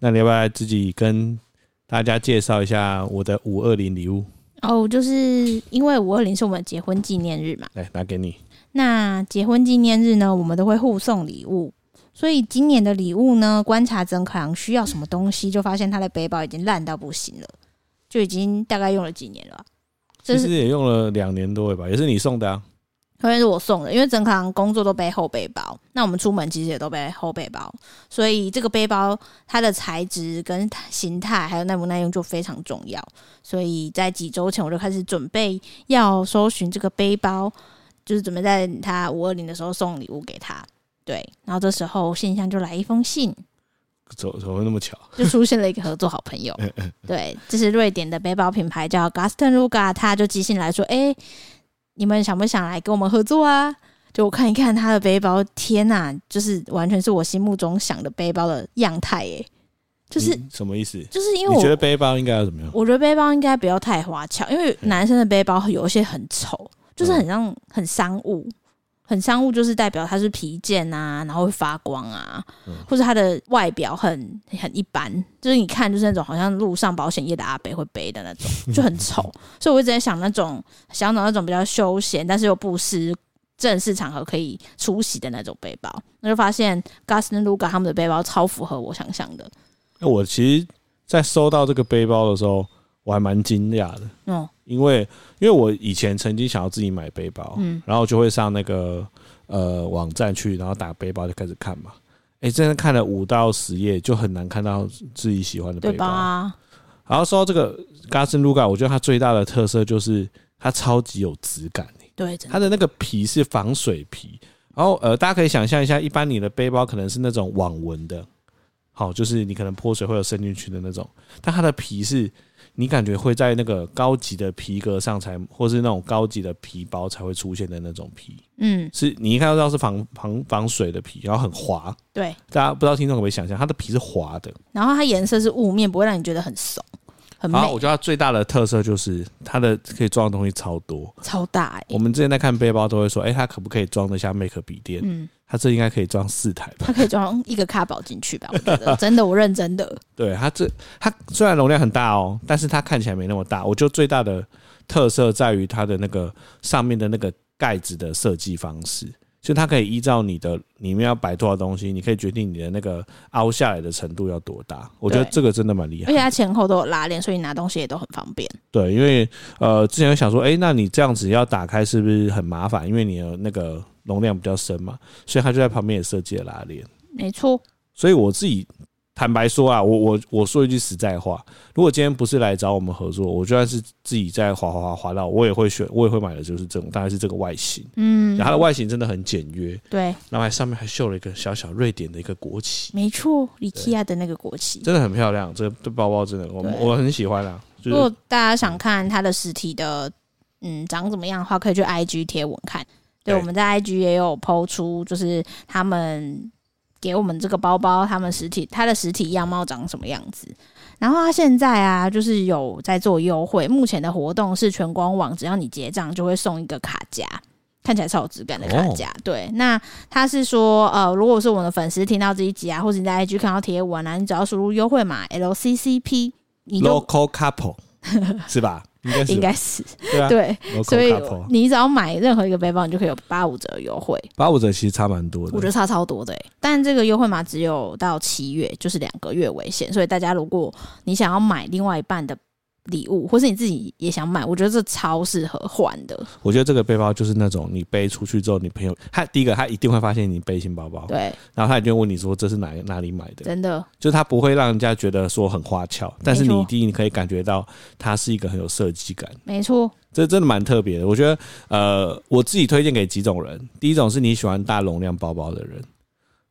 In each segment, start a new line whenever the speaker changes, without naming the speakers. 那你要不要自己跟大家介绍一下我的五二零礼物？
哦，就是因为五二零是我们结婚纪念日嘛，
来拿给你。
那结婚纪念日呢，我们都会互送礼物。所以今年的礼物呢，观察曾可昂需要什么东西，就发现他的背包已经烂到不行了，就已经大概用了几年了啊。
其
这
实
是
也用了两年多了吧，也是你送的啊。
可能是我送的，因为曾可昂工作都背后背包，那我们出门其实也都背后背包，所以这个背包它的材质跟形态还有耐不耐用就非常重要。所以在几周前我就开始准备要搜寻这个背包，就是准备在他五二零的时候送礼物给他。对，然后这时候信箱就来一封信，
怎怎么会那么巧？
就出现了一个合作好朋
嗯
友。对，这是瑞典的背包品牌叫 Gaston Luga，他就寄信来说：“哎、你们想不想来跟我们合作啊？”就我看一看他的背包，天呐、就是完全是我心目中想的背包的样态耶、就是
你什么意思？
就是因
嗯
为
你觉得
我
背包应该要怎么样？
我觉得背包应该不要太花俏，因为
嗯
男生的背包有一些很丑，就是很像很商务。很商务就是代表它是皮件啊，然后会发光啊，
嗯
或者它的外表很很一般，就是你看就是那种好像路上保险业的阿伯会背的那 种，就很丑。所以我一直在想那种想找那种比较休闲，但是又不失正式场合可以出席的那种背包。我就发现 Gaston Luga 他们的背包超符合我想象的，
那我其实，在收到这个背包的时候，我还蛮惊讶的，
嗯
因为因为我以前曾经想要自己买背包，
嗯，
然后就会上那个呃网站去，然后打背包就开始看嘛。哎、真的看了五到十页，就很难看到自己喜欢的
对
背包。啊
吧？
然后说到这个 Gaston Luga，我觉得它最大的特色就是它超级有质感、欸
对，真的
它的那个皮是防水皮。然后呃，大家可以想象一下，一般你的背包可能是那种网纹的，好，就是你可能泼水会有渗进去的那种，但它的皮是你感觉会在那个高级的皮革上才，或是那种高级的皮包才会出现的那种皮，
嗯，
是你一看就知道是防防防水的皮，然后很滑。
对。
大家不知道听众可不可以想象，它的皮是滑的。
然后它颜色是雾面，不会让你觉得很怂，很
然后
美
我，觉得它最大的特色就是它的可以装的东西超多。
超大哎、
我们之前在看背包都会说，哎、它可不可以装得下 Make 笔电？
嗯，
它这应该可以装四台吧？
它可 以装一个卡宝进去吧？我觉得真的，我认真的。
对它这它虽然容量很大哦，但是它看起来没那么大。我觉得最大的特色在于它的那个上面的那个盖子的设计方式，就它可以依照你的里面要摆多少东西，你可以决定你的那个凹下来的程度要多大。我觉得
对
这个真的蛮厉
而
害
且。它前后都有拉链，所以你拿东西也都很方便。
对，因为呃之前有想说，哎、那你这样子要打开是不是很麻烦？因为你的那个容量比较深嘛，所以它就在旁边也设计了拉链。
没错，
所以我自己坦白说啊，我我我说一句实在话，如果今天不是来找我们合作，我就算是自己在滑滑滑滑到，我也会选，我也会买的就是这种，大概是这个外形。
嗯
然后，它的外形真的很简约，
对，
然后还上面还绣了一个小小瑞典的一个国旗，
没错，IKEA 的那个国旗。
真的很漂亮。这这包包真的，我
对
我很喜欢啊。就
如果
是
大家想看它的实体的，嗯，长怎么样的话，可以去 IG 贴文看。对，
对
我们在 IG 也有抛出，就是他们给我们这个包包，他们实体它的实体样貌长什么样子。然后它现在啊，就是有在做优惠，目前的活动是全官网，只要你结账就会送一个卡夹。看起来超有质感的卡
哦
夹，对。那他是说，呃，如果是我们的粉丝听到这一集啊，或者你在 IG 看到贴文啊，你只要输入优惠码 LCCP，你就
local couple 是吧？应该是
应
吧
该是
对啊。
对，所
local 啊
以
couple
你只要买任何一个背包，你就可以有八五折优惠，
八五折其实差蛮多
我觉
的。
得差超多的、欸。但这个优惠码只有到七月，就是两个月为限，所以大家如果你想要买另外一半的礼物，或是你自己也想买，我觉得这超适合换的。
我觉得这个背包就是那种你背出去之后，你朋友他第一个他一定会发现你背新包包，
对，
然后他一定会问你说这是哪哪里买的，
真的
就是他不会让人家觉得说很花俏，但是
没错
你一定可以感觉到它是一个很有设计感，
没错，
这真的蛮特别的。我觉得呃，我自己推荐给几种人，第一种是你喜欢大容量包包的人。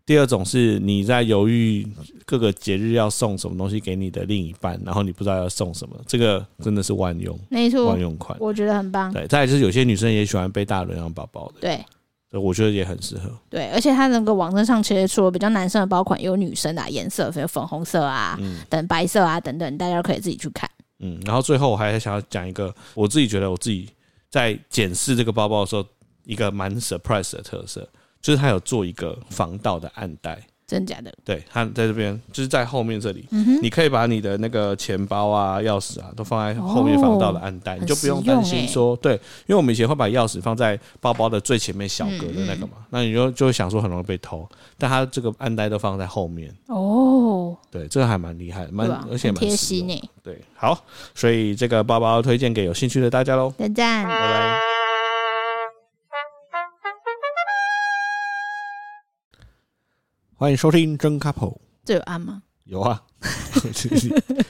第二种是你在犹豫各个节日要送什么东西给你的另一半，然后你不知道要送什么，这个真的是万用
没错
万，用款。
我觉得很棒。
对，再来就是有些女生也喜欢背大容量包包的，
对
所以我觉得也很适合。
对，而且它那个网站上其实除了比较男生的包款，也有女生的、啊、颜色，比如粉红色啊、
嗯
等白色啊等等，大家都可以自己去看。
嗯，然后最后我还想要讲一个，我自己觉得我自己在检视这个包包的时候，一个蛮 surprise 的特色，就是它有做一个防盗的暗袋。
真假的？
对，它在这边，就是在后面这里，
嗯哼，
你可以把你的那个钱包啊、钥匙啊都放在后面防盗的暗袋，
哦
你就不用担
很实用
心
欸
说对，因为我们以前会把钥匙放在包包的最前面小格
嗯
的那个嘛，那你就就会想说很容易被偷，但它这个暗袋都放在后面，
哦，
对，这个还蛮厉害的，蛮
对吧？
而且
很
蛮
贴
实用
心欸
的。
呢，
对，好，所以这个包包推荐给有兴趣的大家喽，
赞赞。
拜拜。欢迎收听真 couple，
这有按吗？
有啊，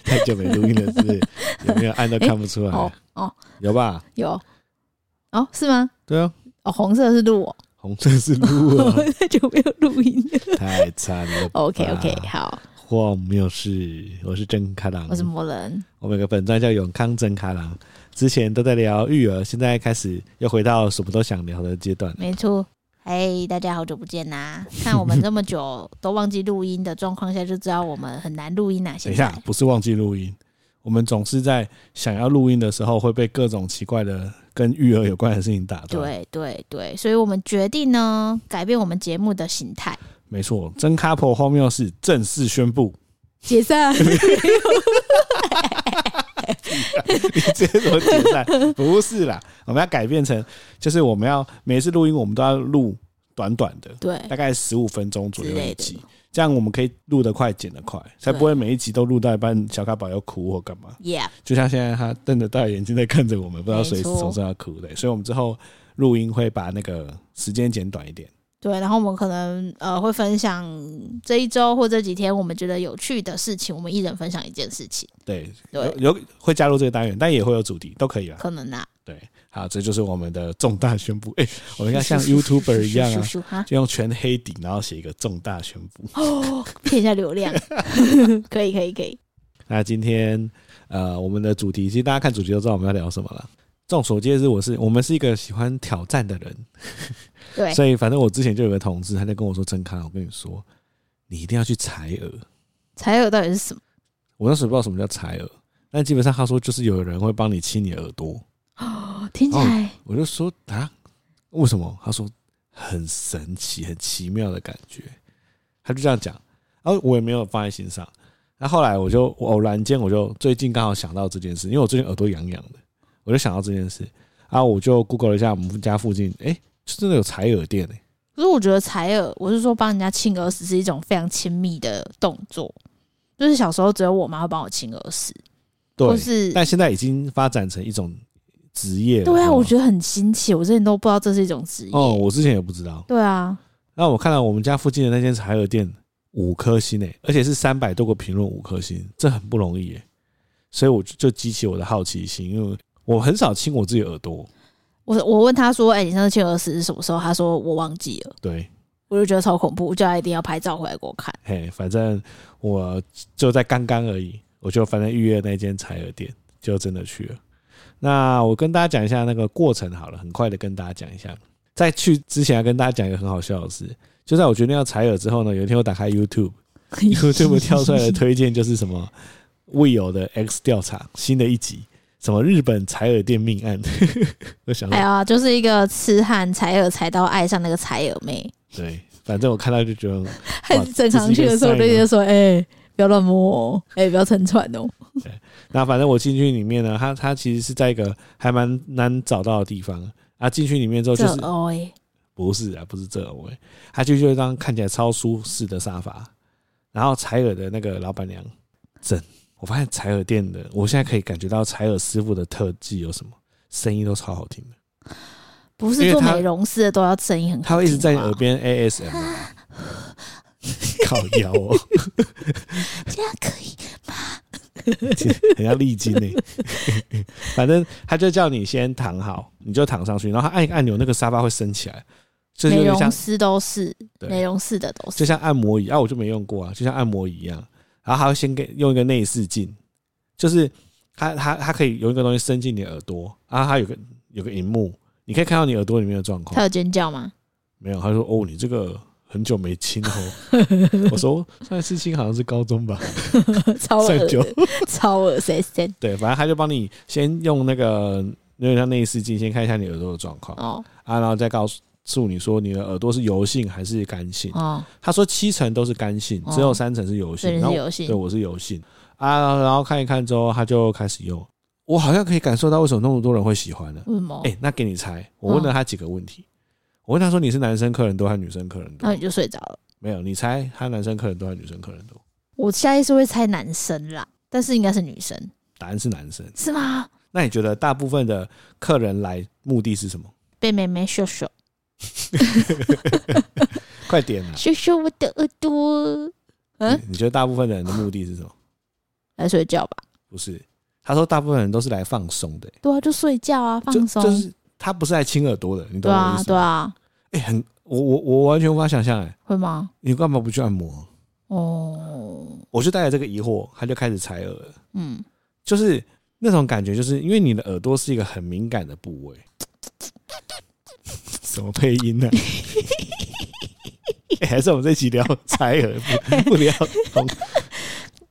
太久没录音了，是不是有没有按都看不出来，
哦哦，
有吧？
有哦，是吗？
对啊，
哦，红色是录我，
红色是录啊，
太久没有录音了。
太惨了吧。
OK
啊
OK，好，
荒谬事，我是真卡郎，
我是魔人，
我们有个本专叫永康真卡郎，之前都在聊育儿，现在开始又回到什么都想聊的阶段。
没错。嘿，大家好久不见啦！看我们这 么久都忘记录音的状况下，就知道我们很难录音啦。啊
等
现
一下
在，
不是忘记录音，我们总是在想要录音的时候会被各种奇怪的跟育儿有关的事情打断。，
对对对，所以我们决定呢，改变我们节目的形态，
没错，真卡婆荒谬事正式宣布，
解散。
你这是什么解散？不是啦，我们要改变成，就是我们要每次录音我们都要录短短的，
对，
大概十五分钟左右
哎之类
一
的
集，这样我们可以录得快，剪得快，才
对
不会每一集都录到一半，小卡宝要哭或干嘛。
Yeah，
就像现在他瞪着大眼睛在看着我们，不知道谁
没错
从身要哭的，所以我们之后录音会把那个时间剪短一点。
对，然后我们可能呃会分享这一周或这几天我们觉得有趣的事情，我们一人分享一件事情，
对，
对
有有会加入这个单元，但也会有主题，都可以啦。
可能啊啦，
对，好，这就是我们的重大宣布。哎、我 们应该像 YouTuber 一样啊，
咻咻咻咻咻哈，
就用全黑底，然后写一个重大宣布。
哦骗一下 流量，可以可以可以，
那今天呃，我们的主题其实大家看主题都知道我们要聊什么了。众所皆知，我是我们是一个喜欢挑战的人，
对，
所以反正我之前就有个同事，他就跟我说：“曾康，我跟你说，你一定要去采耳。”
才有到底是什么？
我那时候不知道什么叫采耳，但基本上他说就是有人会帮你清你耳朵，
哦，听起来、
我就说啊，为什么？他说很神奇、很奇妙的感觉，他就这样讲，然后我也没有放在心上。那后来我就我偶然间我就最近刚好想到这件事，因为我最近耳朵痒痒的，我就想到这件事，啊，我就 Google 了一下我们家附近，哎、就真的有采耳店哎、
可是我觉得采耳，我是说帮人家亲耳屎是一种非常亲密的动作，就是小时候只有我妈会帮我亲耳屎，或
对，
是
但现在已经发展成一种职业了。
对啊，我觉
得
得很新奇，我之前都不知道这是一种职业，
哦，我之前也不知道，
对啊，
那我看到我们家附近的那间采耳店五颗星诶、而且是三百多个评论五颗星，这很不容易诶、所以我就就激起我的好奇心，因为我很少亲我自己耳朵，
我我问他说：“哎、你上次去俄斯是什么时候？”他说：“我忘记了。
对，”
我就觉得超恐怖，叫他一定要拍照回来给我看。
嘿，反正我就在刚刚而已，我就反正预约那间采耳店，就真的去了。那我跟大家讲一下那个过程好了，很快的跟大家讲一下。在去之前要跟大家讲一个很好笑的事，就在我决定要采耳之后呢，有一天我打开 YouTube。YouTube 跳出来 的推荐就是什么未有的 X 调查新的一集，什么日本采耳店命案， 我想
哎
说
呀，就是一个痴汉采耳采到爱上那个采耳妹，
对，反正我看到就觉得
还是正常去的时候我就
这是一
觉
个
得说：“哎、不要乱摸、哦，哎、不要乘船哦。
那反正我进去里面呢，它它其实是在一个还蛮难找到的地方啊，进去里面之后
这
就是
哦哎，
不是啊，不是这种位，它就就一张看起来超舒适的沙发，然后采耳的那个老板娘正，我发现采耳店的，我现在可以感觉到采耳师傅的特技有什么，声音都超好听的。
不
因
是
为
做
他
美容师的都要声音很好听吗，
他会一直在你耳边 ASM，r 啊 靠腰哦，
这样可以。
很像历经呢。 反正他就叫你先躺好，你就躺上去，然后他按一个按钮，那个沙发会升起来，这 就
美
是
容
像
师都是
对
美容师的都是
就像按摩椅啊，我就没用过啊，就像按摩椅一样。然后他会先给用一个内视镜，就是他他他可以有一个东西伸进你的耳朵，然后他有个有个荧幕，你可以看到你耳朵里面的状况
他。有尖 叫吗？
没有，他说哦，你这个很久没亲哦。 我说上一次亲好像是高中吧，
超恶
算久
的，超恶谁先
对，反正他就帮你先用那个有点像内视镜，先看一下你耳朵的状况
哦？
啊，然后再告诉诉你说你的耳朵是油性还是干性。
哦，
他说七成都是干性，
哦
只有三成是油
所
性。
以你
然
是
后
油
对，
性，
我是油性啊。然后看一看之后，他就开始用。我好像可以感受到为什么那么多人会喜欢了。
为什么
哎、？那给你猜，我
哦
问了他几个问题。我问他说你是男生客人多还是女生客人多？
那你就睡着了。
没有，你猜他男生客人多还是女生客人多？
我下意识会猜男生啦，但是应该是女生，
答案是男生。
是吗？
那你觉得大部分的客人来目的是什么？
被妹妹秀秀
快点啊！
秀秀我的耳朵，嗯
你你觉得大部分的人的目的是什么？
来睡觉吧。
不是，他说大部分人都是来放松的、
对啊，就睡觉啊，放
就
松。
就是他不是来亲耳朵的，你
对
懂我的意
啊，
思
对
吗？
啊，
哎、很，我我我完全无法想象哎、
会吗？
你干嘛不去按摩？
哦，
我就带着这个疑惑，他就开始采耳了，
嗯，
就是那种感觉，就是因为你的耳朵是一个很敏感的部位。 什么配音呢、 哎还是我们这期聊采耳，不不聊同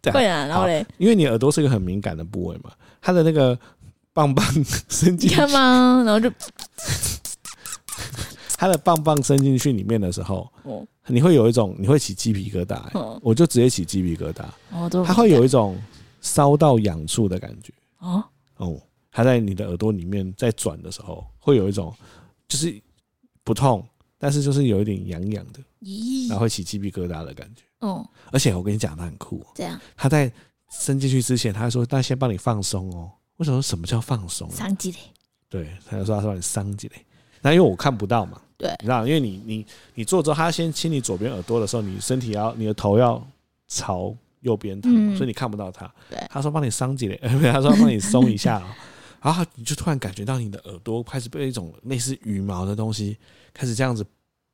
对啊
会啊，然后
好
嘞，
因为你耳朵是一个很敏感的部位嘛，它的那个棒 棒伸
你
进，
看吗？然后就
它的棒棒伸进去里面的时候，
哦，
你会有一种你会起鸡皮疙瘩、欸
嗯
我就直接起鸡皮疙瘩，
哦，都
它会有一种烧到痒处的感觉
哦，
哦，它在你的耳朵里面在转的时候，会有一种就是不痛，但是就是有一点痒痒的，
咦
然，后会起鸡皮疙瘩的感觉。
哦，
而且我跟你讲，它很酷哦、
这样
它在伸进去之前，它说：“那先帮你放松哦。”为什么什么叫放松啊？
上级嘞，
对，他就说他说你伤几嘞，那因为我看不到嘛，
对
你知道，因为你你你做之后，他先亲你左边耳朵的时候，你身体要你的头要朝右边躺嘛，
嗯
所以你看不到他。
对
他说帮你伤几 嘞，他说帮你松一 下、哦，然后你就突然感觉到你的耳朵开始被一种类似羽毛的东西开始这样子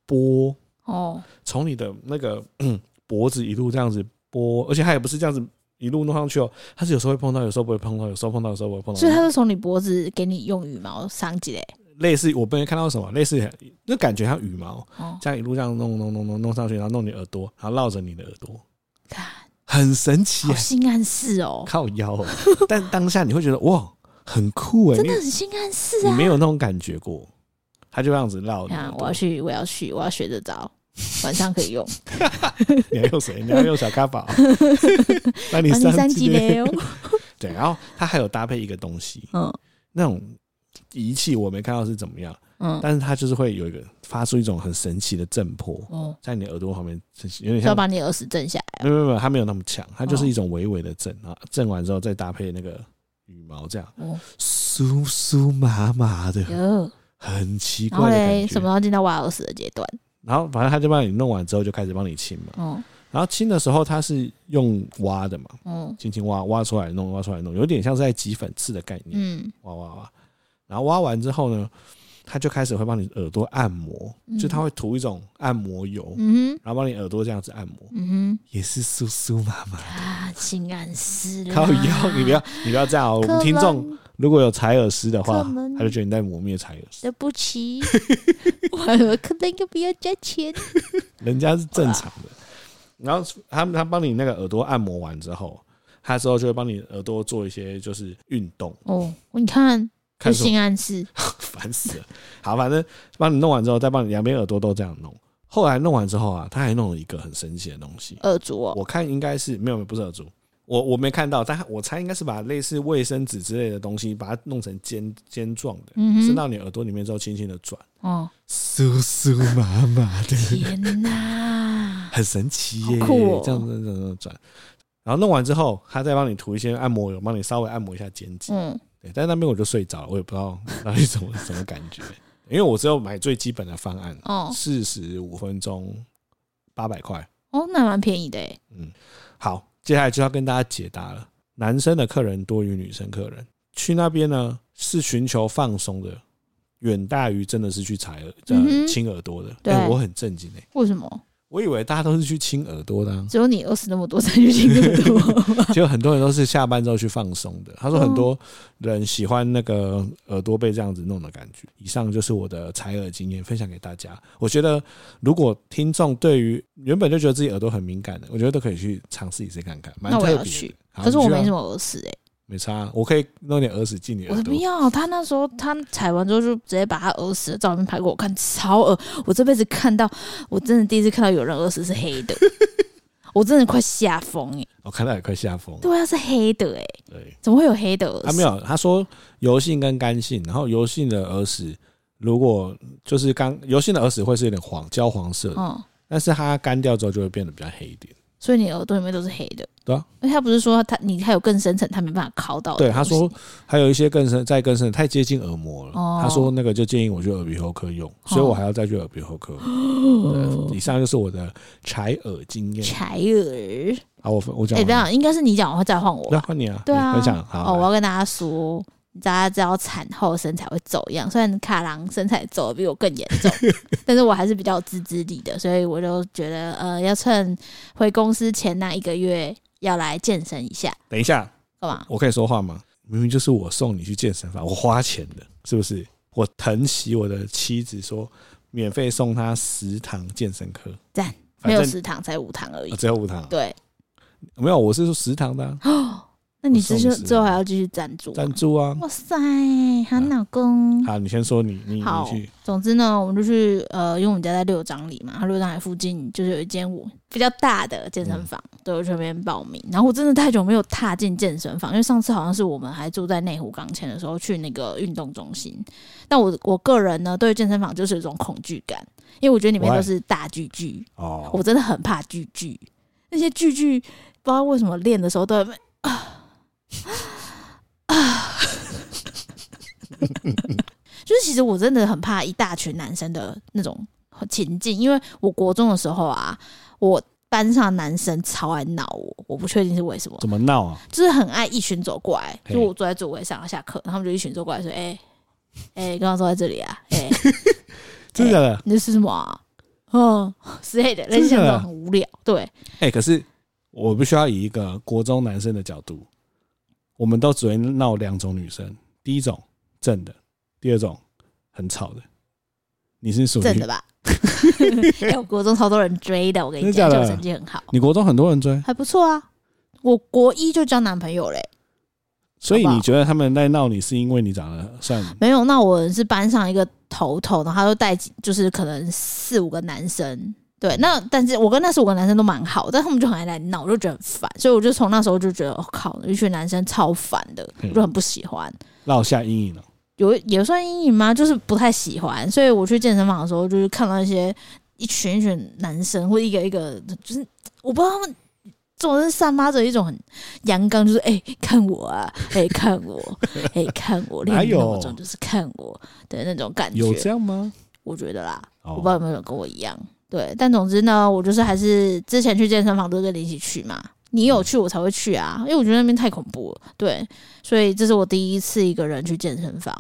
拨，
哦，
从你的那个 嗯脖子一路这样子拨，而且它也不是这样子。一路弄上去哦，它是有时候会碰到，有时候不会碰到，有时候碰到，有时候不会碰到。
所以他就从你脖子给你用羽毛上级嘞，
类似我本人看到什么类似，那感觉像羽毛，
哦，
这样一路这样弄弄弄弄弄上去，然后弄你耳朵，然后绕着你的耳 朵，
看，
很神奇
好
耶、
性暗示哦，
靠腰、哦。 但当下你会觉得哇，很酷哎、
真
你
的很性暗示
你
啊
没。有那种感觉过，他就这样子绕你的
啊
耳，
我
朵
要。去，我要去，我要学着招，晚上可以用。 啊
你要用谁？你要用小咖 宝？ 那你
帮你
上
三
机
级嘞哦，
对，然后它还有搭配一个东西，
嗯
那种仪器我没看到是怎么样，
嗯，
但是它就是会有一个发出一种很神奇的震波，
哦，
在你耳朵旁边，有点
就要
像
把你耳屎震下来
没有没有没有，它没有那么强，它
哦
就是一种微微的震啊，然后震完之后再搭配那个羽毛，这样
哦。
酥酥麻麻的，
哟，
很奇
然后
怪的
嘞，
感
什么
觉。
时候进到挖耳屎的阶段？
然后反正它就帮你弄完之后就开始帮你清嘛，
嗯
然后清的时候它是用挖的嘛，
嗯
轻轻挖挖出来弄，挖出来弄，有点像是在挤粉刺的概念，
嗯，
挖挖挖。然后挖完之后呢，它就开始会帮你耳朵按摩，
嗯
就它会涂一种按摩油，
嗯哼
然后帮你耳朵这样子按摩，
嗯
也是酥酥麻麻
哼，啊，性暗示啦。
靠腰，你不要，你不要这样哦。我
客人，
们听众如果有采耳师的话
客人，
他就觉得你在磨灭采耳师，
对不 起，我可能要不要加钱？
人家是正常的。然后他们他帮你那个耳朵按摩完之后，他之后就会帮你耳朵做一些就是运动，
哦，你看，就
看什么
性暗示，
烦死了。好，反正帮你弄完之后，再帮你两边耳朵都这样弄。后来弄完之后啊，他还弄了一个很神奇的东西，
耳烛哦，
我看应该是没有，不是耳烛。我我没看到，但我猜应该是把类似卫生纸之类的东西，把它弄成尖尖状的，
嗯
伸
哼，
到你耳朵里面之后，轻轻的转。
哦，
酥酥麻麻的，
天 哪，
很神奇耶！
好酷哦
这样子这样子转，然后弄完之后，他再帮你涂一些按摩油，帮你稍微按摩一下肩颈。
嗯，
对，但是那边我就睡着了，我也不知道到底什么什么感 觉，因为我只有买最基本的方案，
哦
四十五分钟八百块。
哦，那蛮便宜的诶，
嗯，好，接下来就要跟大家解答了，男生的客人多于女生客人，去那边呢是寻求放松的。远大于真的是去采耳、
嗯哼
呃、亲耳朵的，
对
哎我很震惊哎、
为什么？，
我以为大家都是去亲耳朵的、啊
只有你饿死那么多才去听那么多。
结果很多人都是下班之后去放松的。他说很多人喜欢那个耳朵被这样子弄的感觉。以上就是我的采耳经验，分享给大家。我觉得如果听众对于原本就觉得自己耳朵很敏感的，我觉得都可以去尝试一次看看，蛮
那我
特
要
别
去
的。好
可是我没什
么，
么耳屎哎、
没差，啊我可以弄点耳屎进你
我
耳
的
朵
不。要，他那时候他踩完之后就直接把他耳屎的照片拍给我看，超恶！我这辈子看到，我真的第一次看到有人耳屎是 黑的，我真的快吓疯哎！
我哦看到也快吓疯了。
对啊，是黑的哎、
对，啊
怎么会有黑的耳屎？
他没有，他说油性跟干性，然后油性的耳屎如果就是干油性的耳屎会是有点黄焦黄色的，
嗯，
但是它干掉之后就会变得比较黑一点。
所以你耳朵里面都是黑的。
对啊，
因为他不是说他你还有更深层，他没办法烤到的东
对，
西。
他说还有一些更深、再更深的，太接近耳膜了。
哦
他说那个就建议我去耳鼻喉科用，所以我还要再去耳鼻喉科。 对以上就是我的柴耳经验。
柴耳，
好，我分我讲
哎、
完
等
了，
一下应该是你讲完会再换我
那
吧？
换你啊，
对啊，
你分享
哦，
好
我
来。
要跟大家说，大家知道产后身材会走样，虽然卡郎身材走的比我更严 重，但是我还是比较有自制力的，所以我就觉得呃，要趁回公司前那一个月要来健身一下，
等一下，
干嘛？
我可以说话吗？明明就是我送你去健身房，我花钱的，是不是？我疼惜我的妻子说免费送她十堂健身课，
赞，
反
没有
正
十堂，才五堂而已
啊。只有五堂啊，
对，
没有，我是说十堂的啊
那你之
我送你
后
十堂
之后还要继续赞助啊吗？
赞助啊。
哇塞，韩老公。
好，你先说你你你
好
去，
总之呢，我们就去呃，因为我们家在六张里嘛，然后六张里附近就是有一间我比较大的健
嗯
身房，对我去那边报名。然后我真的太久没有踏进健身房，因为上次好像是我们还住在内湖港前的时候去那个运动中心。但我我个人呢，对健身房就是有一种恐惧感，因为我觉得里面
Why？
都是大巨巨，
哦，
我真的很怕巨巨，那些巨巨不知道为什么练的时候都在那边啊啊， 就是其实我真的很怕一大群男生的那种情境，因为我国中的时候啊，我班上的男生超爱闹我，我不确定是为什么，
怎么闹啊？
就是很爱一群走过来，
嘿
就我坐在座位上下课，然后他们就一群走过来说：“哎、哎、刚刚坐在这里啊，哎、
真的假的？
你在吃什么、啊？”嗯，之类的，类似像这种很无聊，对，
哎、可是我必须要以一个国中男生的角度，我们都只会闹两种女生，第一种正的，第二种很吵的。你是属
正
于
的吧？ 哎、我国中超多人追的，我跟你
真的假
讲，
的
就我成绩很好，
你国中很多人追，
还不错啊。我国一就交男朋友嘞，
所以
好不好
你觉得他们在闹你是因为你长得算
没有，那我是班上一个头头，然后他就带几就是可能四五个男生。对，那但是我跟那四五个男生都蛮好，但他们就很爱来闹，我就觉得很烦，所以我就从那时候就觉得，我、靠，一群男生超烦的，
嗯
我就很不喜欢。
落下阴影了？
有也算阴影吗？就是不太喜欢，所以我去健身房的时候，就是看到一些一群一群男生，或一个一个，就是我不知道他们总是散发着一种很阳刚，就是哎、看我啊，哎、看我，哎、看 我，
哪
练
有
那种就是看我的那种感
有这
觉，
样吗？
我觉得啦，我不知道
哦，
有没有人跟我一样，对，但总之呢，我就是还是之前去健身房都是跟你一起去嘛，你有去我才会去啊，因为我觉得那边太恐怖了，对，所以这是我第一次一个人去健身房，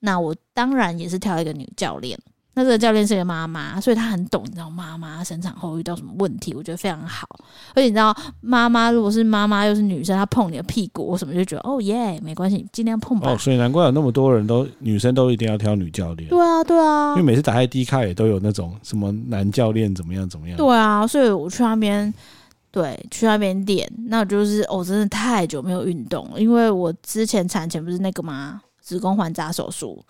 那我当然也是挑一个女教练，那这个教练是个妈妈，所以她很懂，你知道妈妈生产后遇到什么问题，我觉得非常好，而且你知道妈妈如果是妈妈又是女生，她碰你的屁股，我什么就觉得哦耶，没关系，你尽量碰吧，
哦，所以难怪有那么多人都女生都一定要挑女教练，
对啊，对啊
因为，每次打开 D 卡也都有那种什么男教练怎么样怎么样。
对啊，所以我去那边，对，去那边练，那我就是我、哦、真的太久没有运动了，因为我之前产前不是那个嘛，子宫环扎手术，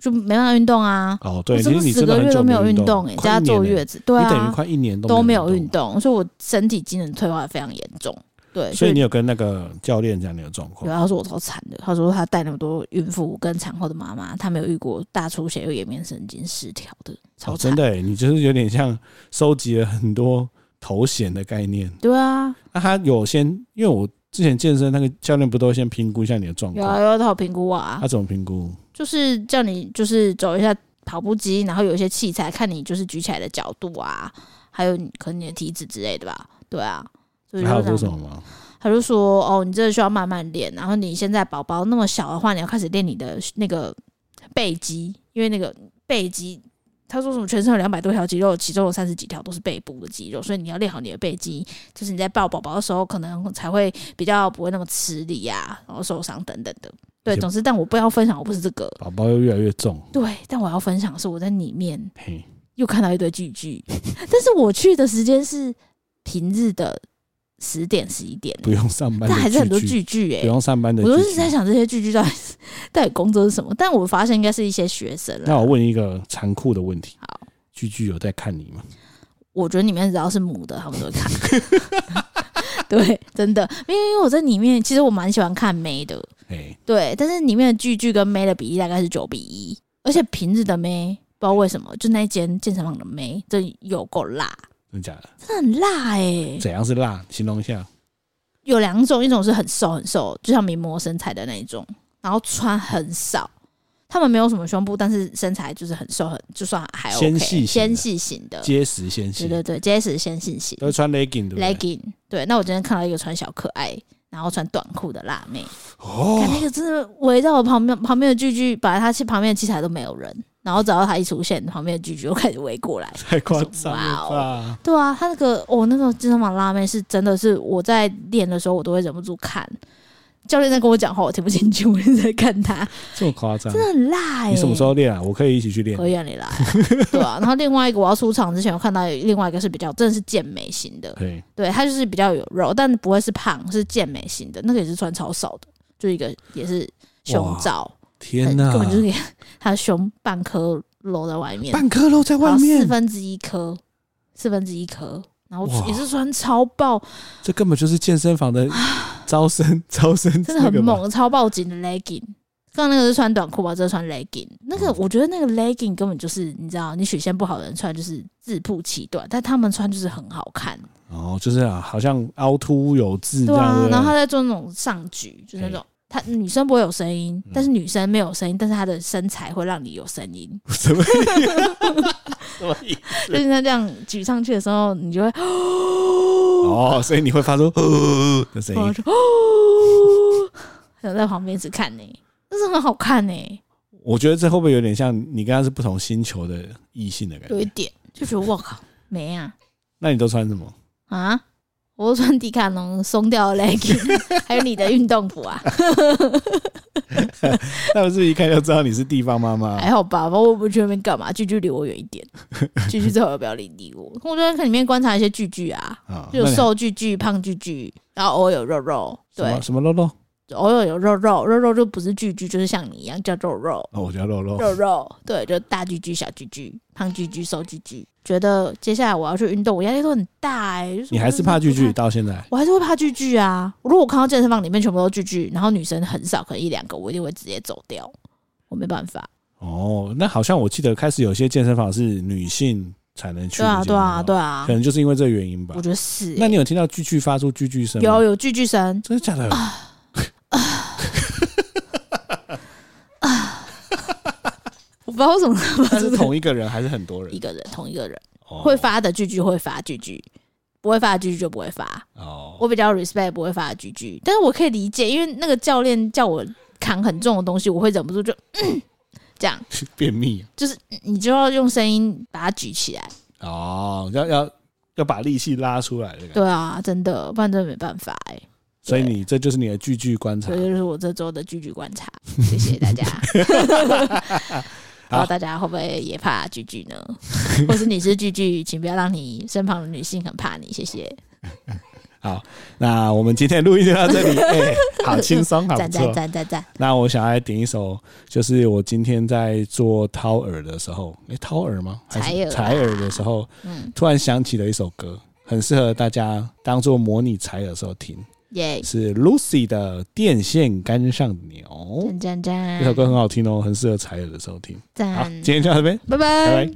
就没办法运动啊。
哦，对，
我
其
真
实
的
你
十
真的
个
很
月
久
都没有运动
动，
哎、
快
加
一年
坐
欸
月子，对
你等于
啊，
快一年
都
都
没
没
有运
动。
动，所以我身体机能退化得非常严重。对，啊
所
所
以你
以
有跟那个教练讲你的状
有
况，哦
他说我超惨的，他说他带那么多孕妇跟产后的妈妈，他没有遇过大出血又颜面神经失调的，超
哦，
惨。
真的欸，你就是有点像收集了很多头衔的概念。
对啊，
那他有先，因为我之前健身那个教练不都会先评估一下你的状
有啊，
况，
有啊他有评估啊
他，怎么评估？
就是叫你就是走一下跑步机，然后有一些器材，看你就是举起来的角度啊，还有你可能你的体脂之类的吧。对啊，所以
他有说
就这
什
样
么。吗？
他就说：“哦，你这个需要慢慢练，然后你现在宝宝那么小的话，你要开始练你的那个背肌，因为那个背肌，他说什么全身有两百多条肌肉，其中有三十几条都是背部的肌肉，所以你要练好你的背肌，就是你在抱宝宝的时候，可能才会比较不会那么吃力呀、然后受伤等等的。对，
而且
总之，但我不要分享，我不是这个，
宝宝又越来越重，
对，但我要分享的是我在里面
嘿，
又看到一堆巨巨，但是我去的时间是平日的十点十一点欸、
不用上班的
但还是很多
聚聚
聚聚哎、
不用上班的
我都
聚
是在
聚。
想这些聚聚到底是 到底工作是什么，但我发现应该是一些学生
那
了。
我问一个残酷的问题
好：
居居有在看你吗？
我觉得里面只要是母的，他们都会看。 对，真的，因为因为我在里面，其实我蛮喜欢看妹的，
哎，
对，但是里面的聚聚跟妹的比例大概是九比一，而且平日的妹不知道为什么，就那间健身房的妹，这有够辣，
真的假的？
真的很辣哎、
怎样是辣？形容一下。
有两种，一种是很瘦很瘦，就像名模身材的那一种，然后穿很少，他们没有什么胸部，但是身材就是很瘦很，就算还
纤
OK，
细型的
纤细型的，
结实纤
呃对
细，
对对，结实纤细型
都会穿 legging 对不对
legging。对，那我今天看到一个穿小可爱，然后穿短裤的辣妹，看
哦，
那个真的围在我旁边，旁边的聚聚，把她去旁边的器材都没有人，然后只要她一出现，旁边的聚聚就开始围过来。
太夸张了吧？
对啊，她那个哦，那个健身房辣妹是真的是我在练的时候，我都会忍不住看。教练在跟我讲话，我听不进去，我就在看她，
这么夸张？
真的很辣哎、
你什么时候练啊？我可以一起去练。
可以啊，你来啊，对啊。然后另外一个我要出场之前，我看到有另外一个是比较真的是健美型的，
对，
对，它就是比较有肉，但不会是胖，是健美型的。那个也是穿超少的，就一个也是胸罩，
天
根
哪，
本就是给他的胸半颗露在外面，
半颗肉在外
然后四
面，
分之一颗，四分之一颗，然后
哇
也是穿超爆，
这根本就是健身房的招生招生，
啊真的很。猛，超爆紧的 legging。刚刚那个是穿短裤吧，这是穿 legging。那个
嗯
我觉得那个 legging 根本就是你知道，你曲线不好的人穿就是自曝其短，但他们穿就是很好看。
哦，就是啊，好像凹凸有致这
对
样，
啊，
不
然后他在做那种上举，就是那种他女生不会有声音，
嗯
但是女生没有声音，但是她的身材会让你有声音。
什么意 思？什么意思？
就是她这样举上去的时候，你就会
哦，所以你会发出呃的声
我
音。
就 哦，然后在旁边一直看呢、但是很好看欸呢、
我觉得这会不会有点像你跟他是不同星球的异性的感
有一
觉？
点就觉得我靠，没啊
那你都穿什么？
啊！我都穿迪卡侬松掉 的 legging，还有你的运动服啊，
那不是一看就知道你是地方妈妈？
还好吧？反正我不去那边干嘛，句句离我远一 点，句句最好不要理理我。我就在看里面观察一些句句啊，
啊，
就有
那你
瘦巨巨、胖巨巨，然后偶尔有肉肉，
什
对
么，什么肉肉？
偶尔有肉肉，肉肉就不是巨巨，就是像你一样叫肉肉，
哦，我叫肉肉。
肉肉，对，就大巨巨、小巨巨、胖巨巨、瘦巨巨。觉得接下来我要去运动，我压力都很大哎、就是
你还是
我真的
怕
不
聚聚
太？
到现在？
我还是会怕巨巨啊！如果我看到健身房里面全部都巨巨，然后女生很少，可能一两个，我一定会直接走掉，我没办法。
哦，那好像我记得开始有些健身房是女性才能去
对
的
啊，
健身
对啊，
房，
对啊
可，能就是因为这个原因吧
我。觉得是欸、
那你有听到聚聚发出聚聚声吗？
有，有巨巨声，
真的假的？
我不知道为什么他
那是
们就是
同一个人还是很多
一
人？
个人同一个人。
哦
会发的句句会发句句，不会发的句句就不会发。
哦，
我比较 respect 不会发的句句，但是我可以理解，因为那个教练叫我扛很重的东西，我会忍不住就、嗯、这样，
便秘
就是嗯你就要用声音把它举起来。
哦，要要要把力气拉出来的感觉。
对啊，真的，不然真的没办法哎、欸。
所以你这就是你的聚聚观察
所以。这就是我这周的句句观察，谢谢 大家。不知道大家会不会也怕句句呢？或是你是句句，请不要让你身旁的女性很怕你，谢谢。
那我们今天录音就到这里，哎，好轻松，好
赞
不
赞
错。
赞赞赞，
那我想要来点一首，就是我今天在做掏耳的时候，哎，掏耳吗？还
采耳
是
啊
采耳的时候，
嗯，
突然想起了一首歌，很适合大家当做模拟采耳的时候听，
耶，
是 Lucy 的《电线杆上的牛》。
赞赞
哦这首
赞
歌，很好听哦，很适合采耳的时候听。好，
赞
今。天就到这边，
拜
拜
拜
拜。